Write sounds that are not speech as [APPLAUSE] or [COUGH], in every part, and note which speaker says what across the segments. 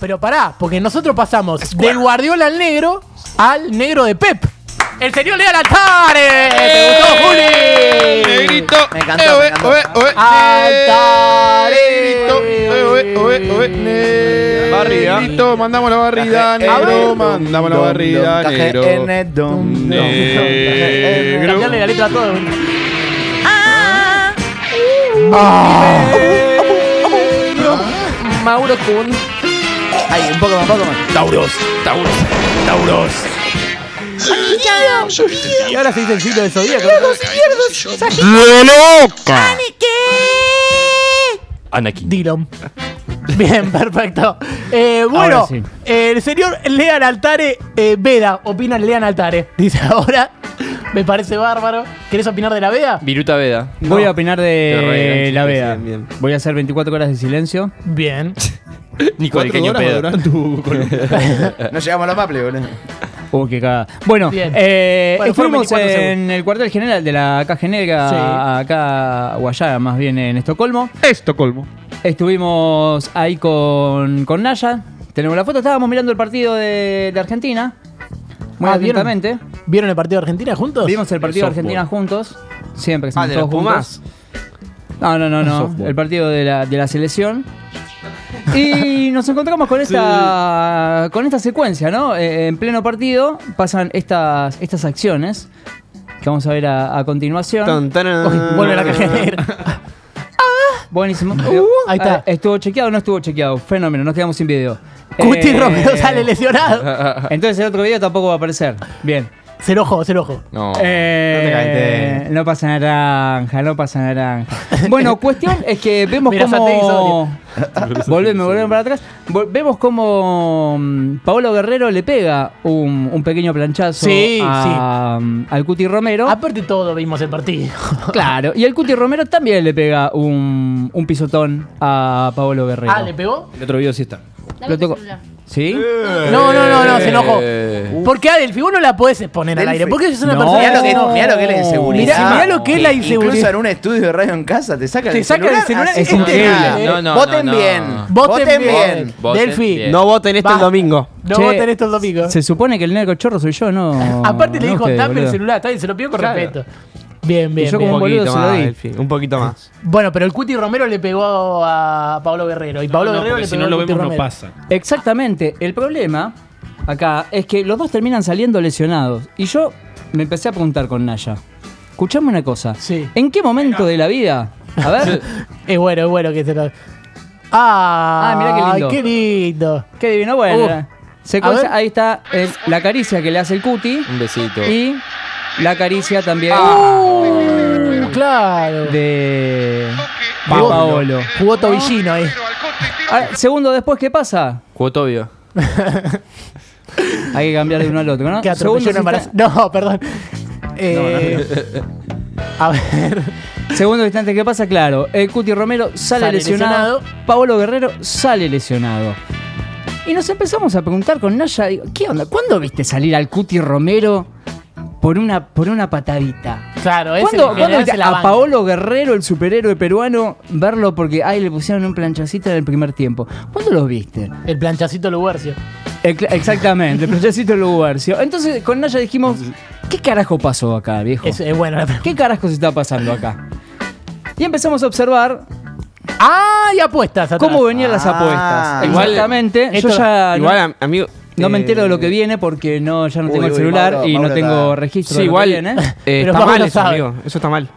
Speaker 1: Pero pará, porque nosotros pasamos del Guardiola al negro al negro de Pep. El señor Leal Altare. ¿Te gustó, Juli?
Speaker 2: ¡Eh! Negrito.
Speaker 3: Me encantó,
Speaker 2: Eh,
Speaker 3: me
Speaker 2: oe,
Speaker 3: encantó.
Speaker 2: oe, oe.
Speaker 1: Altare.
Speaker 2: Negrito. Eh, oe, oe, oe.
Speaker 4: Barrida.
Speaker 2: Negrito, mandamos la barrida,
Speaker 3: Cajé
Speaker 2: negro.
Speaker 3: en-
Speaker 2: Mandamos la
Speaker 3: dom,
Speaker 2: barrida,
Speaker 3: dom, cajé
Speaker 2: negro.
Speaker 3: en el dom,
Speaker 2: Negro.
Speaker 3: dom, cajé en el-
Speaker 1: Cambiarle la letra a todo. Mauro Kun.
Speaker 3: Ahí, un poco más, un poco más.
Speaker 4: Tauros, Tauros, Tauros.
Speaker 1: Y ahora se dice el signo de Zodíaco.
Speaker 4: Anakin.
Speaker 1: Dylan. Bien, perfecto. Eh, bueno,
Speaker 5: Ahora sí.
Speaker 1: eh, el señor Lean Altare eh, Veda, opina Lean Altare. Dice ahora, me parece bárbaro. ¿Querés opinar de la Veda?
Speaker 4: Viruta Veda.
Speaker 5: Voy a opinar
Speaker 4: Te
Speaker 5: de
Speaker 4: arreglan,
Speaker 5: la
Speaker 4: sí,
Speaker 5: veda.
Speaker 4: sí, bien.
Speaker 5: Voy a hacer 24 horas de silencio.
Speaker 1: Bien.
Speaker 4: Nico de
Speaker 2: Cuatro
Speaker 4: Queño
Speaker 2: horas va a
Speaker 4: Peda.
Speaker 2: durar tu columna.
Speaker 3: No llegamos a los maples, boludo.
Speaker 5: Uh, qué cagada. Bueno,
Speaker 1: Bien.
Speaker 5: eh,
Speaker 1: Bueno, fueron
Speaker 5: estuvimos
Speaker 1: 24
Speaker 5: en el cuartel general de la Caja Negra,
Speaker 1: Sí.
Speaker 5: acá, o allá más bien, en Estocolmo.
Speaker 2: Estocolmo.
Speaker 5: Estuvimos ahí con, con Naya. Tenemos la foto, estábamos mirando el partido de, de Argentina. Muy
Speaker 1: Ah, ¿vieron?
Speaker 5: atentamente.
Speaker 1: ¿Vieron el partido de Argentina juntos?
Speaker 5: Vimos el partido de
Speaker 4: softball.
Speaker 5: Argentina juntos. Siempre que
Speaker 3: Ah,
Speaker 5: estamos
Speaker 3: de los
Speaker 5: todos
Speaker 3: Pumas.
Speaker 5: juntos. No, no, no, no.
Speaker 4: Softball.
Speaker 5: El partido de la, de la selección. Y nos encontramos con esta con esta secuencia, ¿no? Eh, en pleno partido pasan estas, estas acciones que vamos a ver a, a continuación.
Speaker 3: Tan, taran.
Speaker 1: Uy, vuelve la caja negra.
Speaker 5: Buenísimo.
Speaker 1: ahí está.
Speaker 5: Eh, ¿Estuvo chequeado o no estuvo chequeado? Fenómeno, nos quedamos sin video.
Speaker 1: Cuti
Speaker 5: Eh,
Speaker 1: Romero sale lesionado.
Speaker 5: [LAUGHS] Entonces el otro video tampoco va a aparecer. Bien.
Speaker 1: Se enojó, se enojó.
Speaker 4: No.
Speaker 5: Eh,
Speaker 3: No te
Speaker 5: no pasa naranja, no pasa naranja.
Speaker 1: [LAUGHS]
Speaker 5: Bueno, cuestión es que vemos
Speaker 1: Mira, Santi
Speaker 5: cómo. [LAUGHS] Volveme, volveme para atrás. Vol- vemos cómo mm, Paolo Guerrero le pega un, un pequeño planchazo
Speaker 1: Sí, Ah.
Speaker 5: a- mm, al Cuti
Speaker 1: [LAUGHS]
Speaker 5: Romero.
Speaker 1: Aparte todo vimos el partido.
Speaker 5: claro. Y el Cuti Romero también le pega un, un pisotón a Paolo Guerrero.
Speaker 1: Ah, ¿le pegó?
Speaker 4: El otro video sí está.
Speaker 5: Lo
Speaker 6: Dame tu
Speaker 5: toco-
Speaker 6: celular.
Speaker 5: ¿Sí?
Speaker 6: Eh.
Speaker 1: No, no, no, no, se enojó.
Speaker 6: Uh.
Speaker 4: Eh.
Speaker 1: Porque a Delfi vos no la podés exponer al
Speaker 3: Delphi.
Speaker 1: aire. Porque ella es una
Speaker 5: No.
Speaker 1: persona
Speaker 3: Mirá lo
Speaker 1: que
Speaker 3: que,
Speaker 1: no.
Speaker 3: mirá lo que es la inseguridad.
Speaker 1: Mirá- mirá lo que es la
Speaker 3: Incluso
Speaker 1: inseguridad.
Speaker 3: en un estudio de radio en casa te sacan
Speaker 1: Te
Speaker 3: el
Speaker 1: sacan el
Speaker 3: celular.
Speaker 1: celular,
Speaker 3: así
Speaker 5: es
Speaker 3: como
Speaker 5: increíble.
Speaker 3: nada.
Speaker 4: No, no,
Speaker 3: Voten
Speaker 4: no, no.
Speaker 3: bien.
Speaker 1: Voten bien.
Speaker 4: Voten
Speaker 1: Delphi.
Speaker 4: bien.
Speaker 7: No voten este
Speaker 1: Va.
Speaker 7: el domingo.
Speaker 1: No
Speaker 5: Che,
Speaker 1: voten estos domingos.
Speaker 5: Se supone que el negro chorro soy yo,
Speaker 1: [LAUGHS]
Speaker 5: ¿no?
Speaker 1: Aparte le
Speaker 5: no
Speaker 1: dijo,
Speaker 5: usted,
Speaker 1: dame el
Speaker 5: boludo".
Speaker 1: celular, está bien, se lo pidió con
Speaker 4: Claro.
Speaker 1: respeto. Bien,
Speaker 5: Y
Speaker 1: bien,
Speaker 5: yo
Speaker 1: bien.
Speaker 5: como boludo se lo di.
Speaker 7: Delphi, un poquito más.
Speaker 1: Bueno, pero el Cuti Romero le pegó a Pablo Guerrero. Y Pablo
Speaker 4: No,
Speaker 1: Guerrero
Speaker 4: porque
Speaker 1: le
Speaker 4: si
Speaker 1: pegó
Speaker 4: no
Speaker 1: al
Speaker 4: lo
Speaker 1: Cuti
Speaker 4: vemos no
Speaker 1: Romero.
Speaker 4: pasa.
Speaker 5: Exactamente. El problema acá es que los dos terminan saliendo lesionados. Y yo me empecé a preguntar con Naya. Escuchame una cosa.
Speaker 1: Sí.
Speaker 5: ¿En qué momento de la vida? A ver,
Speaker 1: Es bueno, es bueno que se lo. Ah,
Speaker 5: Ah, mirá qué lindo.
Speaker 1: Qué lindo.
Speaker 5: qué divino. Bueno,
Speaker 1: Uf.
Speaker 5: la secuencia-
Speaker 1: A ver.
Speaker 5: ahí está el- la caricia que le hace el cuti.
Speaker 4: Un besito.
Speaker 5: Y la caricia también
Speaker 1: Uh, claro.
Speaker 5: de, de
Speaker 1: Jugó-
Speaker 5: Paolo.
Speaker 1: Jugó tobillino eh, ahí.
Speaker 5: Ahora, segundo después, ¿qué pasa?
Speaker 4: Cuotobio.
Speaker 5: [LAUGHS] Hay que cambiar de uno al otro, ¿no?
Speaker 1: Que atropelló
Speaker 5: Segundo
Speaker 1: un embarazo.
Speaker 5: insta-
Speaker 1: No, perdón. Eh, A ver.
Speaker 5: Segundo instante que pasa, claro. El Cuti Romero sale,
Speaker 1: Sale
Speaker 5: lesionado,
Speaker 1: lesionado.
Speaker 5: Paolo Guerrero sale lesionado. Y nos empezamos a preguntar con Naya, digo, ¿qué onda? ¿Cuándo viste salir al Cuti Romero por una, por una patadita?
Speaker 1: Claro, es
Speaker 5: ¿Cuándo,
Speaker 1: el
Speaker 5: cuándo
Speaker 1: general
Speaker 5: viste
Speaker 1: se la
Speaker 5: a
Speaker 1: banca.
Speaker 5: Paolo Guerrero, el superhéroe peruano, verlo porque ahí le pusieron un planchacito en el primer tiempo? ¿Cuándo lo viste?
Speaker 1: El planchacito Lubercio.
Speaker 5: Ex-
Speaker 1: [LAUGHS]
Speaker 5: Exactamente, el planchacito Lugarcio. Entonces con Naya dijimos, ¿qué carajo pasó acá, viejo?
Speaker 1: Es, es bueno la pregunta.
Speaker 5: ¿Qué carajo se está pasando acá? Y empezamos a observar
Speaker 1: Ah, y apuestas. atrás.
Speaker 5: cómo venían las
Speaker 3: Ah.
Speaker 5: apuestas.
Speaker 4: Igual,
Speaker 5: Exactamente.
Speaker 1: esto-
Speaker 5: yo ya
Speaker 7: Igual,
Speaker 5: ah, no,
Speaker 7: am- amigo.
Speaker 5: no me
Speaker 7: eh,
Speaker 5: entero de lo que viene porque no, ya no
Speaker 3: Uy,
Speaker 5: tengo el
Speaker 3: uy,
Speaker 5: celular
Speaker 3: Mauro,
Speaker 5: y no
Speaker 3: Mauro
Speaker 5: tengo
Speaker 3: está-
Speaker 5: registro
Speaker 7: Sí,
Speaker 5: de lo que
Speaker 7: igual.
Speaker 5: viene.
Speaker 7: eh,
Speaker 1: Pero
Speaker 7: está
Speaker 1: Pablo
Speaker 7: mal eso,
Speaker 1: sabe.
Speaker 7: amigo. Eso está mal.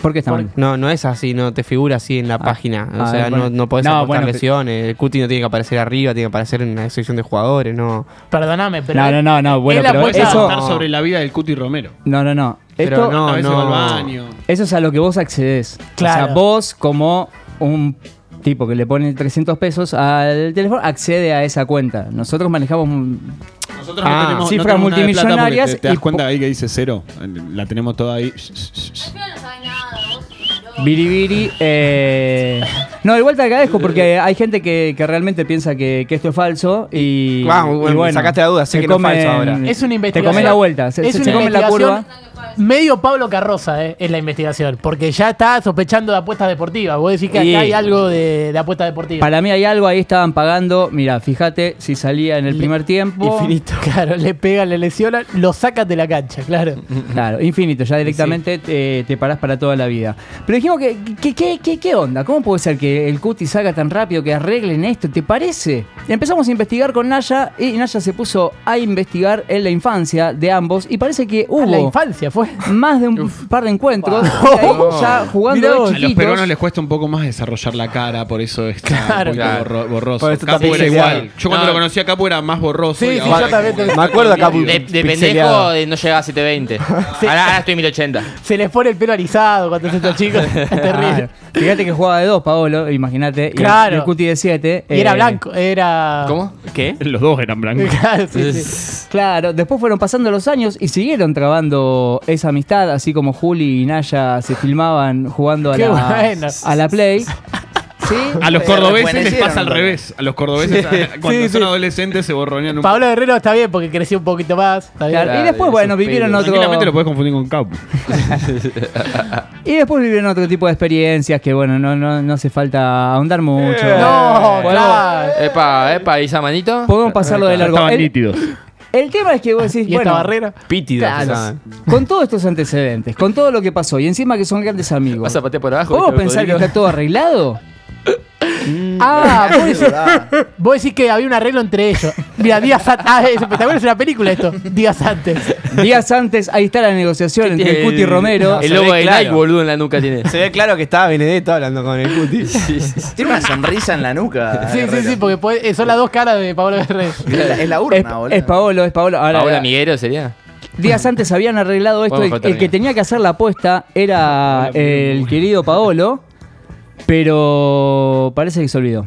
Speaker 5: ¿Por qué está mal?
Speaker 7: No, no es así, no te figura así en la página. O
Speaker 5: a
Speaker 7: sea,
Speaker 5: ver,
Speaker 7: no,
Speaker 5: bueno.
Speaker 7: no podés
Speaker 5: Ah, No,
Speaker 7: aportar
Speaker 5: bueno, pero-
Speaker 7: lesiones. El cuti no tiene que aparecer arriba, tiene que aparecer en la sección de jugadores. No.
Speaker 1: Perdóname, pero.
Speaker 5: No, no, no, no, bueno,
Speaker 1: él
Speaker 5: pero
Speaker 1: apuesta-
Speaker 5: eso-
Speaker 4: Contar sobre la vida del Cuti Romero.
Speaker 5: No, no, no.
Speaker 7: Pero
Speaker 5: Esto,
Speaker 7: no,
Speaker 4: a veces
Speaker 7: no.
Speaker 4: va al baño.
Speaker 5: Eso es a lo que vos accedes. O
Speaker 1: Claro.
Speaker 5: sea, vos como un tipo que le pone 300 pesos al teléfono, accede a esa cuenta. Nosotros manejamos... un-
Speaker 4: Nosotros
Speaker 7: Ah,
Speaker 4: tenemos nada
Speaker 5: cifras
Speaker 4: de plata
Speaker 5: multimillonarias
Speaker 4: porque Te, te das
Speaker 5: y po-
Speaker 4: cuenta ahí que dice cero. La tenemos toda ahí.
Speaker 6: Al final no sabes nada, vos.
Speaker 5: Biribiri. eh, No, igual te agradezco porque hay gente que, que realmente piensa que, que esto es falso y.
Speaker 7: Vamos, Ah, bueno,
Speaker 5: y
Speaker 7: me sacaste la duda, sé
Speaker 5: se
Speaker 7: que no es falso ahora.
Speaker 5: comen-
Speaker 1: Es una
Speaker 5: Te
Speaker 1: investigación.
Speaker 5: comes la vuelta, se,
Speaker 1: es
Speaker 5: se-
Speaker 1: una
Speaker 5: se comen la curva.
Speaker 1: investigación Medio Pablo Carroza eh, es la investigación, porque ya está sospechando de apuestas deportivas. Vos decís que acá
Speaker 7: Y-
Speaker 1: hay algo de, de apuestas deportivas.
Speaker 5: Para mí hay algo ahí, estaban pagando. Mira, fíjate si salía en el primer tiempo.
Speaker 1: [LAUGHS] Claro, le pegan, le lesionan, lo sacas de la cancha, claro.
Speaker 5: Claro, infinito, ya directamente te, te parás para toda la vida. Pero dijimos que, que- que- que- ¿qué onda? ¿Cómo puede ser que el Cuti salga tan rápido que arreglen esto? ¿Te parece? Y empezamos a investigar con Naya y Naya se puso a investigar en la infancia de ambos y parece que hubo
Speaker 1: Ah, la infancia fue. [LAUGHS]
Speaker 5: más de un par de encuentros y ahí ya jugando
Speaker 1: Mirá
Speaker 5: de
Speaker 1: vos.
Speaker 4: A los
Speaker 5: chiquitos.
Speaker 4: peruanos les cuesta un poco más desarrollar la cara, por eso está
Speaker 1: Claro.
Speaker 4: un poquito
Speaker 7: Claro.
Speaker 4: borro- borroso.
Speaker 7: Por eso está
Speaker 4: Capu era
Speaker 7: pixeleado.
Speaker 4: igual. Yo cuando
Speaker 6: No.
Speaker 4: lo conocí a Capu era más borroso.
Speaker 1: Sí,
Speaker 4: y
Speaker 1: sí,
Speaker 4: ahora
Speaker 1: yo
Speaker 4: es
Speaker 1: también
Speaker 4: como-
Speaker 1: te-
Speaker 7: Me acuerdo acá.
Speaker 6: De, de pendejo
Speaker 7: pixeleado.
Speaker 6: eh, no llegaba a 720. Ahora, ahora estoy en 1080.
Speaker 1: Se les pone el pelo alisado cuando son estos
Speaker 5: [LAUGHS]
Speaker 1: chicos. Es terrible.
Speaker 5: Claro. Fíjate que jugaba de dos, Paolo, imagínate. y el-
Speaker 1: Claro.
Speaker 5: Y el Cuti de siete.
Speaker 1: Y era
Speaker 5: eh,
Speaker 1: blanco, era.
Speaker 6: ¿Cómo? ¿Qué?
Speaker 2: Los dos eran blancos.
Speaker 1: [LAUGHS] Claro, sí, sí.
Speaker 5: Claro, después fueron pasando los años y siguieron trabando esa amistad, así como Juli y Naya se filmaban jugando a,
Speaker 1: Qué
Speaker 5: la,
Speaker 1: bueno.
Speaker 5: a la Play. ¿Sí?
Speaker 4: A los
Speaker 3: Eh,
Speaker 4: cordobeses les
Speaker 3: rejuvenecieron,
Speaker 4: pasa al
Speaker 3: ¿no?
Speaker 4: revés. A los cordobeses a- cuando son adolescentes se borronean un poco.
Speaker 1: Pablo Guerrero está bien porque creció un poquito más. Está bien.
Speaker 5: Claro, Y después, bueno, vivieron otro.
Speaker 2: Tranquilamente lo podés confundir con Capu.
Speaker 5: Y después vivieron otro tipo de experiencias que, bueno, no, no, no hace falta ahondar mucho.
Speaker 1: Eh, No,
Speaker 5: Podemos-
Speaker 1: claro.
Speaker 6: Epa, epa, ¿y esa manito?
Speaker 5: Podemos pasarlo de
Speaker 2: Ya
Speaker 5: largo.
Speaker 2: Ah, estaban
Speaker 5: El,
Speaker 1: ah,
Speaker 2: nítidos.
Speaker 5: el tema es que vos decís,
Speaker 1: Y esta
Speaker 5: bueno,
Speaker 1: barrera.
Speaker 7: Pítidos.
Speaker 5: claro,
Speaker 7: ¿saben?
Speaker 5: con todos estos antecedentes, con todo lo que pasó, y encima que son grandes amigos.
Speaker 6: Vas a patear por abajo.
Speaker 5: ¿Podemos
Speaker 6: viste,
Speaker 5: pensar que
Speaker 6: cocodrilo?
Speaker 5: está todo arreglado? ah,
Speaker 1: [LAUGHS]
Speaker 5: vos decís,
Speaker 1: Vos decís que había un arreglo entre ellos. Mira, días antes. Ah, es espectacular, es una película esto. Días antes.
Speaker 5: Días antes, ahí está la negociación entre el Cuti y Romero.
Speaker 6: El
Speaker 7: Se
Speaker 6: logo
Speaker 7: ve
Speaker 6: de
Speaker 7: claro.
Speaker 6: Nike, boludo, en la nuca tiene.
Speaker 7: Se ve claro que estaba Benedetto hablando con el Cuti.
Speaker 3: Tiene una sonrisa en la nuca.
Speaker 1: Sí, sí,
Speaker 3: Guerrero.
Speaker 1: sí, porque puede- eh, son las dos caras de Pablo Guerrero.
Speaker 3: Ah, Es la, es la urna,
Speaker 5: Es,
Speaker 3: boludo.
Speaker 5: es Paolo, es Paolo. Ahora,
Speaker 6: Ahora Miguero sería.
Speaker 5: días antes habían arreglado esto.
Speaker 6: Vamos
Speaker 5: El,
Speaker 6: con Terni.
Speaker 5: el que tenía que hacer la apuesta [LAUGHS] era el querido Paolo, pero parece que se olvidó.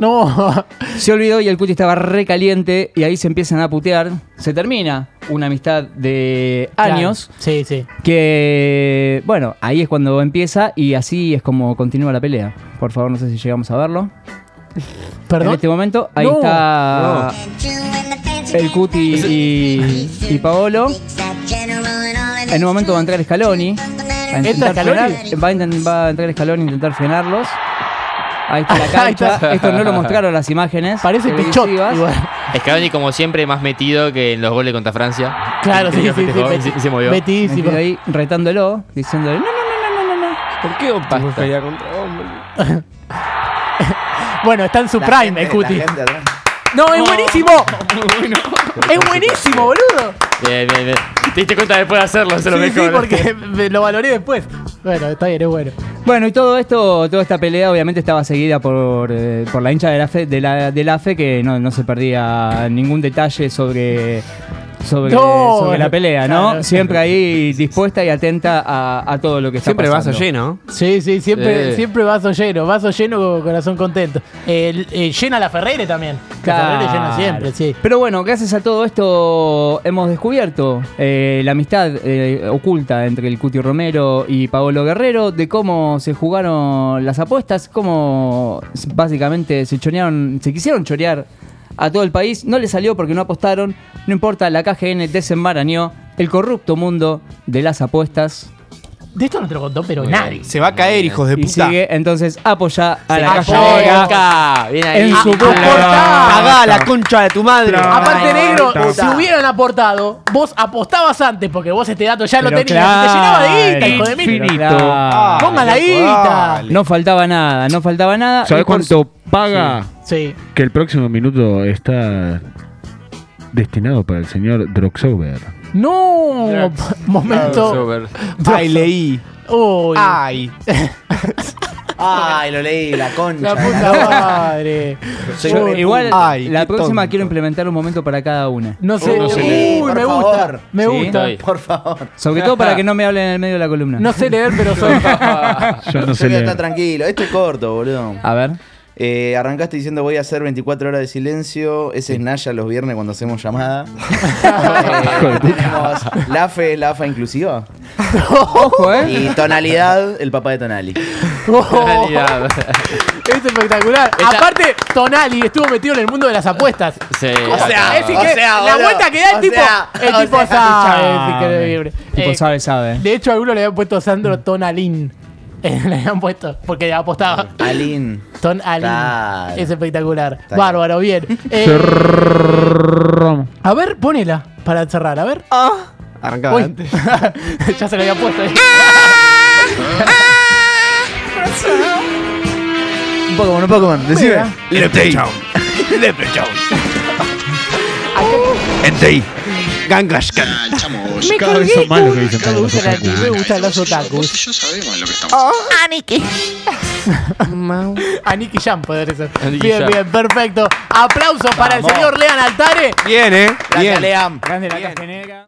Speaker 1: No.
Speaker 5: Se olvidó y el Cuti estaba re caliente y ahí se empiezan a putear. Se termina una amistad de años.
Speaker 1: Claro. Sí, sí.
Speaker 5: Que bueno, ahí es cuando empieza y así es como continúa la pelea. Por favor, no sé si llegamos a verlo. En
Speaker 1: Perdón.
Speaker 5: este momento, ahí
Speaker 1: No.
Speaker 5: está el Cuti y, y Paolo. En un momento va a entrar Scaloni. Va a
Speaker 1: ¿Entra
Speaker 5: intentar
Speaker 1: Scaloni?
Speaker 5: frenar- va a inten- va a entrar Scaloni a intentar frenarlos. Ahí está
Speaker 1: [LAUGHS]
Speaker 5: la
Speaker 1: Ahí está.
Speaker 5: cancha. Esto no lo mostraron las imágenes.
Speaker 1: Parece Pichot.
Speaker 5: televisivas.
Speaker 1: igual.
Speaker 6: Scaloni, como siempre, más metido que en los goles contra Francia.
Speaker 1: Claro, sí, sí, sí.
Speaker 6: Increíble, festejó y
Speaker 1: meti-
Speaker 6: se- y se movió.
Speaker 1: Metidísimo.
Speaker 5: Metido ahí retándolo, diciéndole: No, no, no, no, no, no. no".
Speaker 7: ¿Por qué Opti
Speaker 6: Basta.
Speaker 7: pelea contra hombre?
Speaker 1: Bueno, está en su
Speaker 3: La
Speaker 1: prime,
Speaker 3: gente-
Speaker 1: el Cuti.
Speaker 3: la gente atrás.
Speaker 1: No, es buenísimo. Es buenísimo, boludo.
Speaker 6: Bien, bien, bien. Te diste cuenta después de hacerlo, se lo
Speaker 1: sí,
Speaker 6: mejor.
Speaker 1: sí, porque [LAUGHS] me- lo valoré después. Bueno, está bien, es bueno.
Speaker 5: Bueno, y todo esto, toda esta pelea obviamente estaba seguida por, eh, por la hincha de la fe, de la, de la fe que no, no se perdía ningún detalle sobre, sobre,
Speaker 1: No,
Speaker 5: sobre la
Speaker 1: bueno,
Speaker 5: pelea, ¿no?
Speaker 1: claro.
Speaker 5: Siempre ahí dispuesta y atenta a, a todo lo que está
Speaker 7: Siempre
Speaker 5: pasando.
Speaker 7: vaso lleno.
Speaker 1: Sí, sí, siempre,
Speaker 6: Sí.
Speaker 1: siempre vaso lleno, vaso lleno, corazón contento. Eh, eh, llena la Ferrere también. La Ferrere llena
Speaker 5: Claro.
Speaker 1: siempre, sí.
Speaker 5: Pero bueno, gracias a todo esto hemos descubierto eh, la amistad eh, oculta entre el Cuti Romero y Paolo Guerrero, de cómo se jugaron las apuestas, cómo s- básicamente se chonearon, se quisieron chorear a todo el país, no le salió porque no apostaron, no importa, la KGN desenmarañó el corrupto mundo de las apuestas
Speaker 1: De esto no te lo contó, pero nadie.
Speaker 7: Se va a caer, hijos de
Speaker 5: y
Speaker 7: puta.
Speaker 5: sigue entonces apoya a la
Speaker 1: apoya.
Speaker 5: KGN.
Speaker 6: Acá, bien ahí.
Speaker 5: En su
Speaker 6: Ah,
Speaker 5: boca.
Speaker 7: Cagá la concha de tu madre.
Speaker 1: Aparte,
Speaker 3: Ay,
Speaker 1: negro,
Speaker 3: puta.
Speaker 1: si hubieran aportado, vos apostabas antes, porque vos este dato ya lo
Speaker 5: Pero
Speaker 1: tenías. Te llenaba de guita,
Speaker 5: claro,
Speaker 1: hijo de mil.
Speaker 5: pero
Speaker 4: Infinito.
Speaker 5: claro.
Speaker 1: Ponga la
Speaker 7: loco,
Speaker 1: guita.
Speaker 7: dale.
Speaker 5: No faltaba nada, no faltaba nada.
Speaker 2: ¿Sabés
Speaker 5: Y por-
Speaker 2: cuánto paga
Speaker 1: Sí.
Speaker 2: que el próximo minuto está destinado para el señor Droxover?
Speaker 1: No, momento.
Speaker 6: Super.
Speaker 7: Ay, leí.
Speaker 1: Uy,
Speaker 5: Ah.
Speaker 7: Ay.
Speaker 3: Ay, lo leí, la
Speaker 1: la
Speaker 3: concha.
Speaker 1: puta madre.
Speaker 5: Yo-
Speaker 1: Uy,
Speaker 5: igual
Speaker 7: Ay,
Speaker 5: la
Speaker 7: qué
Speaker 5: próxima
Speaker 7: tonto.
Speaker 5: quiero implementar un momento para cada una.
Speaker 1: No sé.
Speaker 6: Uno se
Speaker 1: Uy,
Speaker 6: lee.
Speaker 3: Por
Speaker 1: me
Speaker 3: favor.
Speaker 1: gusta. Me
Speaker 5: Sí.
Speaker 1: gusta.
Speaker 6: Estoy.
Speaker 3: Por favor.
Speaker 5: Sobre todo para que no me hablen en el medio de la columna.
Speaker 1: No sé leer, pero soy.
Speaker 2: Yo no
Speaker 3: Yo
Speaker 2: sé
Speaker 3: voy a
Speaker 2: leer.
Speaker 3: estar tranquilo. Esto es corto, boludo.
Speaker 5: A ver.
Speaker 3: Eh, arrancaste diciendo voy a hacer 24 horas de silencio. Ese es Naya los viernes cuando hacemos
Speaker 5: [LAUGHS]
Speaker 3: llamada. Eh, tenemos la fe, la fa inclusiva.
Speaker 5: [LAUGHS] Ojo, ¿eh?
Speaker 3: Y tonalidad, el papá de
Speaker 5: [LAUGHS]
Speaker 3: Tonali.
Speaker 1: [LAUGHS] Oh.
Speaker 6: Realidad.
Speaker 1: Es espectacular.
Speaker 6: Esta-
Speaker 1: Aparte, Tonali estuvo metido en el mundo de las apuestas.
Speaker 6: Sí,
Speaker 1: O sea, es que la
Speaker 3: boludo,
Speaker 1: vuelta que da el
Speaker 3: o
Speaker 1: tipo,
Speaker 3: sea,
Speaker 1: el
Speaker 3: o
Speaker 1: tipo
Speaker 3: sea,
Speaker 1: sabe,
Speaker 5: chame.
Speaker 1: si querés libre.
Speaker 5: Tipo,
Speaker 1: Eh,
Speaker 5: sabe, sabe.
Speaker 1: De hecho, a alguno le habían puesto Sandro Tonalín. [LAUGHS] Eh, le habían puesto, porque apostaba.
Speaker 3: Alin.
Speaker 1: Tonalín.
Speaker 3: Claro.
Speaker 1: Es espectacular.
Speaker 3: bien.
Speaker 1: Bárbaro, bien. Eh, a ver, ponela para cerrar, a ver. [LAUGHS]
Speaker 7: Arrancaba
Speaker 1: Uy.
Speaker 7: antes.
Speaker 1: ya se lo había puesto. ahí.
Speaker 5: Un Pokémon, un Pokémon. Decime.
Speaker 1: Mira.
Speaker 7: [LAUGHS]
Speaker 8: Leprechaun. Leprechaun. Entei. Gangashkan.
Speaker 1: Me
Speaker 2: Cada vez son más los que dicen
Speaker 1: Me
Speaker 2: todos los
Speaker 1: gustan,
Speaker 2: otakus.
Speaker 1: me gustan los otakus. Oh.
Speaker 9: Vos y yo sabemos lo que estamos
Speaker 1: [LAUGHS] A Nicky Jam podría ser.
Speaker 6: A Nicky
Speaker 1: Bien,
Speaker 6: Jam.
Speaker 1: bien, perfecto. Aplausos para el señor Lean Altare.
Speaker 7: Bien, eh.
Speaker 3: Gracias, Leam.
Speaker 1: Grande la caja negra.